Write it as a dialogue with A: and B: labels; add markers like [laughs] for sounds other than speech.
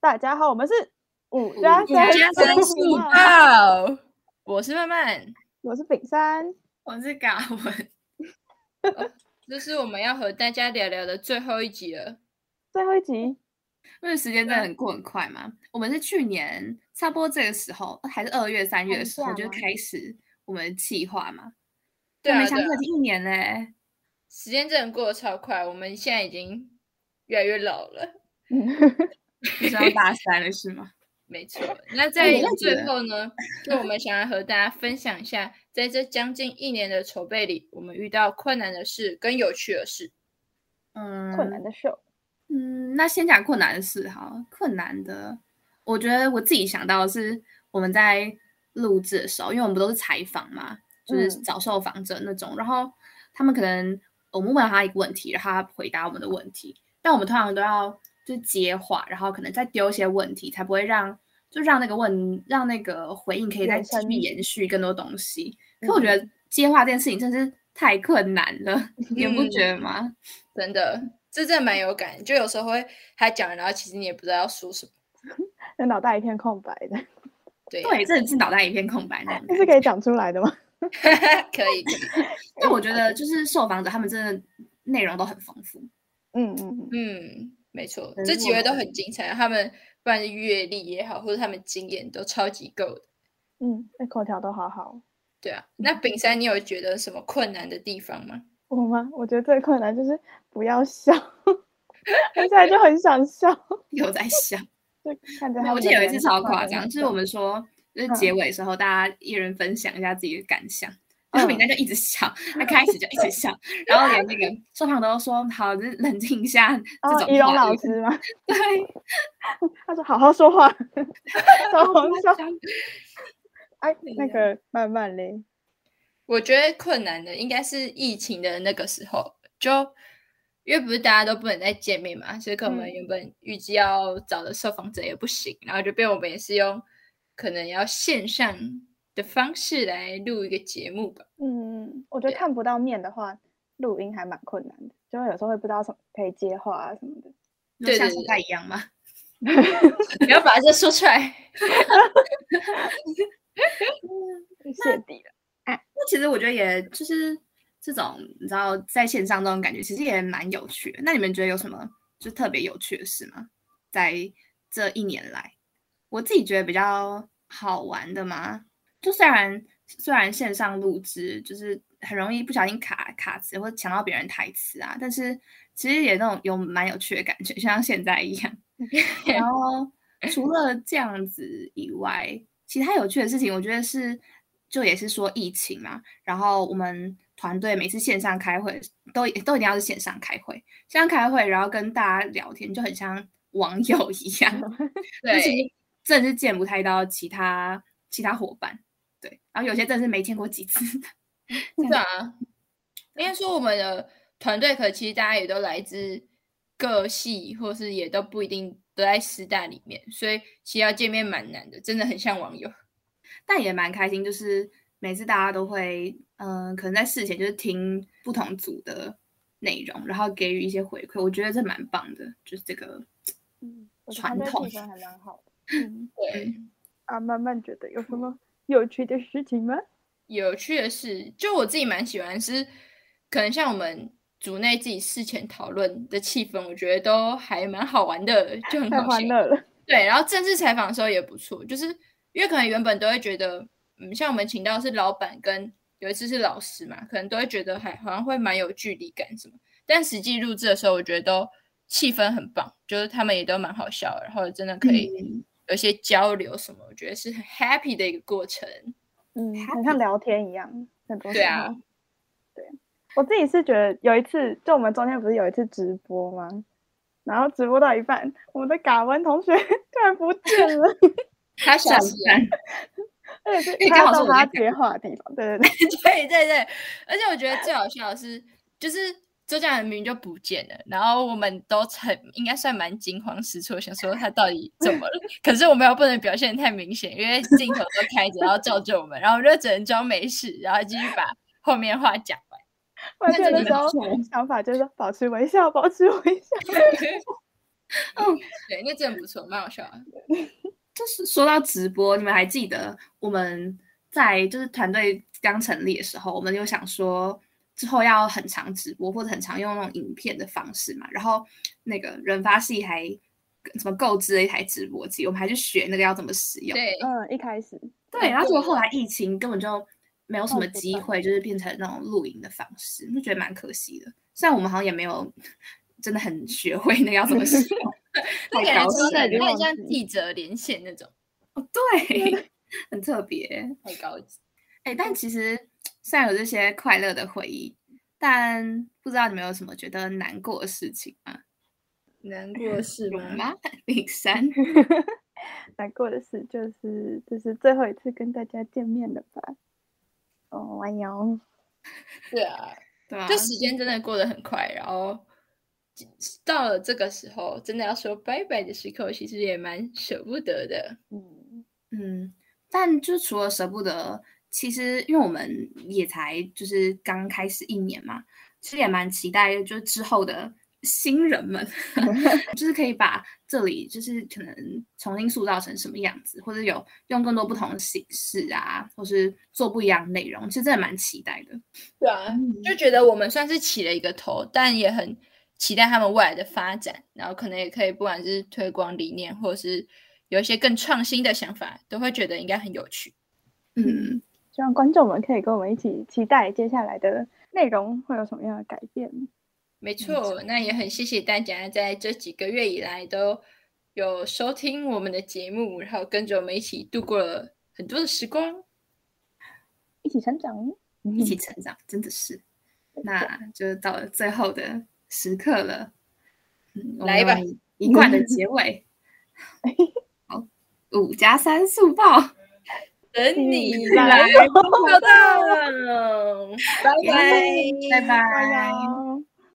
A: 大家好，我们是五
B: 加
A: 加三
B: 加三速报，我是曼曼，
A: 我是丙三，
B: 我是嘎文、哦这是我们要和大家聊聊的最后一集了。
A: 最后一集，
C: [laughs] 因为时间真的很过很快嘛。我们是去年差不多这个时候，还是二月、三月的
A: 寒
C: 时候
A: 假
C: 就
A: 吗
C: 开始我们的企划嘛。
B: 对啊，
C: 没想
B: 对
C: 到
B: 啊
C: 已经一年欸嘞。
B: 时间真的过得超快，我们现在已经越来越老了。
A: 嗯
C: 你上大三了是吗？
B: 没错，那
C: 我
B: 在
C: 也觉
B: 最
C: 得
B: 后呢，就我们想要和大家分享一下，在这将近一年的筹备里，我们遇到困难的事跟有趣的事。
C: 嗯，
A: 困难的 show，
C: 嗯，那先讲困难的事哈。困难的，我觉得我自己想到的是我们在录制的时候，因为我们不都是采访嘛，就是
A: 嗯
C: 找受访者那种，然后他们可能我们问了他一个问题，然后他回答我们的问题，但我们通常都要就是接话，然后可能再丢一些问题，才不会让就让那个问让那个回应可以再
A: 延
C: 继续
A: 伸
C: 延续更多东西。可
A: 嗯
C: 我觉得接话这件事情真是太困难了， [laughs] 你们不
A: 嗯
C: 觉得吗？
B: 真的，这真的蛮有感，就有时候会他讲了，然后其实你也不知道要说什么。
A: 那脑袋一片空白的，
B: 对啊，
C: 对，
B: [laughs]
C: 真的是脑袋一片空白那种
A: 这
C: 感
A: 是
C: 觉。
A: 可以讲出来的吗？
B: 可以，
C: 但我觉得就是受访者他们真的内容都很丰富，
A: 嗯嗯
B: 嗯，没错，
C: 可
B: 这
C: 是
B: 几
C: 我
B: 位都
C: 们
B: 很精彩，他们不管是阅历也好，或者他们经验都超级够的。
A: 嗯嗯，那口条都好好。
B: 对啊，那丙三，你有觉得什么困难的地方吗？
A: 我吗？我觉得最困难就是不要笑，我现在就很想笑，
C: 有在想。
A: 就看着
C: 没
A: 他们。
C: 有我记得有一次超夸张，就是我们说，
A: 嗯
C: 就是结尾的时候，大家一人分享一下自己的感想。然后
A: 嗯
C: 饼干就一直笑，他开始就一
A: [laughs]
C: 直笑，然后连那个受访都说好，就是冷静一下这
A: 哦，
C: 种
A: 仪容
C: 话
A: 老
C: 语
A: 师嘛， [laughs]
C: 对，
A: 他说好好说
C: [laughs]
A: 话， [laughs] 超好笑。
C: 对
A: 哎，那
C: 呀
A: 个慢慢嘞，
B: 我觉得困难的应该是疫情的那个时候，就因为不是大家都不能再见面嘛，所以可能我们
A: 嗯
B: 原本预计要找的受访者也不行，然后就变我们也是用可能要线上的方式来录一个节目吧。
A: 嗯，我觉得
B: 对
A: 看不到面的话，录音还蛮困难的，就会有时候会不知道什么可以接话啊什么的。
B: 对对
C: 像
B: 对
C: 现在一样嘛。
B: 你要把这说出来。 [laughs]
A: 谢底了，
C: 那其实我觉得也就是这种，你知道在线上这种感觉，其实也蛮有趣的。那你们觉得有什么就特别有趣的事吗？在这一年来，我自己觉得比较好玩的嘛，就虽然虽然线上录制就是很容易不小心卡卡词或抢到别人台词啊，但是其实也那种有蛮有趣的感觉，就像现在一样。然后除了这样子以外，其他有趣的事情，我觉得是就也是说疫情嘛，然后我们团队每次线上开会都都一定要是线上开会，线上开会，然后跟大家聊天，就很像网友一样，
A: [laughs]
C: 就其
B: 对
C: 实真的是见不太到其他其他伙伴，对，然后有些真的是没见过几次，
B: 对啊，应该说我们的团队，可其实大家也都来自各系，或是也都不一定都在师大里面，所以其实要见面蛮难的，真的很像网友。
C: 但也蛮开心，就是每次大家都会，嗯、可能在事前就是听不同组的内容，然后给予一些回馈，我觉得这蛮棒的，就是这个
A: 嗯，我觉得
C: 传
A: 团队
C: 统
A: 气氛还蛮好的。 [laughs] 嗯，
B: 对，
A: 啊，慢慢觉得有什么有趣的事情吗？
B: 有趣的是，就我自己蛮喜欢是，可能像我们组内自己事前讨论的气氛，我觉得都还蛮好玩的，就很
A: 太
B: 好
A: 欢
B: 笑。
A: 乐了。
B: 对，然后政治采访的时候也不错，就是因为可能原本都会觉得，嗯，像我们请到的是老板跟有一次是老师嘛，可能都会觉得还好像会蛮有距离感什么，但实际录制的时候，我觉得都气氛很棒，就是他们也都蛮好笑的，然后真的可以
C: 嗯
B: 有一些交流什么，我觉得是很 happy 的一个过程。
A: [laughs] 嗯，很像聊天一样，很多
B: 对
A: 时
B: 啊
A: 候。对，我自己是觉得有一次，就我们中间不是有一次直播吗？然后直播到一半，我们的嘎温同学 [laughs] 突然不见了， [laughs]
B: 他小
C: 赞
B: 时
C: 赞
A: 而且
C: 因为
A: 是
C: 刚好
A: 他
C: 是
A: 到
C: 我在
A: 他
C: 干
A: 接话的地方。对对对，
B: [laughs] 对对对，而且我觉得最好笑的是，就是周杰伦明明就不见了，然后我们都很应该算蛮惊慌失措，想说他到底怎么了？可是我们又不能表现得太明显，因为镜头都开着，然后照着我们，然后我们就只能装没事，然后继续把后面话讲完。
A: 我
B: 那
A: 觉
B: 这
A: 得
B: 个
A: 时候
C: 很
A: 想法就是说保持微笑，保持微笑。
B: 对，那真的不错，蛮好笑的。
C: 就是说到直播，你们还记得我们在就是团队刚成立的时候，我们有想说之后要很常直播或者很常用那种影片的方式嘛？然后那个人发系还怎么购置了一台直播机，我们还去学那个要怎么使用。
B: 对，
A: 嗯，一开始
C: 对，然后结
B: 对
C: 果后来疫情根本就没有什
A: 看
C: 么
A: 不
C: 机
A: 到
C: 会，就是变成那种露营的方式，就觉得蛮可惜的。虽然我们好像也没有真的很学会那个要怎么使
B: [laughs]
C: 用，
B: 那
C: 太
B: 感
C: 高
B: 觉
A: 兴
B: 真
A: 了
B: 的
A: 有点
B: 有点像
A: 忘记
B: 记者连线那种，
C: 哦，对， [laughs] 很特别。
B: 太高级。
C: 哎、但其实虽然有这些快乐的回忆，但不知道你们有什么觉得难过的事情吗？
B: 难过是
C: 有？吗？零三，
A: 难过的事就是，这是最后一次跟大家见面了吧？哦，弯腰，
B: 对啊，
C: 对吧？
B: 就时间真的过得很快，然后到了这个时候，真的要说拜拜的时刻，其实也蛮舍不得的。
A: 嗯，
C: 嗯，但就除了舍不得，其实因为我们也才就是刚开始一年嘛，其实也蛮期待就是之后的新人们，就是可以把这里就是可能重新塑造成什么样子，或者有用更多不同的形式啊，或是做不一样的内容，其实真的蛮期待的。
B: 对啊，就觉得我们算是起了一个头，但也很期待他们未来的发展，然后可能也可以不管是推广理念，或者是有一些更创新的想法，都会觉得应该很有趣。
C: 嗯，
A: 希望观众们可以跟我们一起期待接下来的内容会有什么样的改变。
B: 没错，那也很谢谢大家在这几个月以来都有收听我们的节目，然后跟着我们一起度过了很多的时光。
A: 一起成长，哦
C: 一
A: [laughs]
B: 嗯
C: 起成长，真的是。那就到了最后的时刻了，嗯，我们
B: 来吧
C: 用一贯的结尾。
B: [laughs]
C: 好，五加三速报，
B: 等你
A: 来
B: 哦来报道，拜拜。
C: 哦拜拜
A: 弯。腰。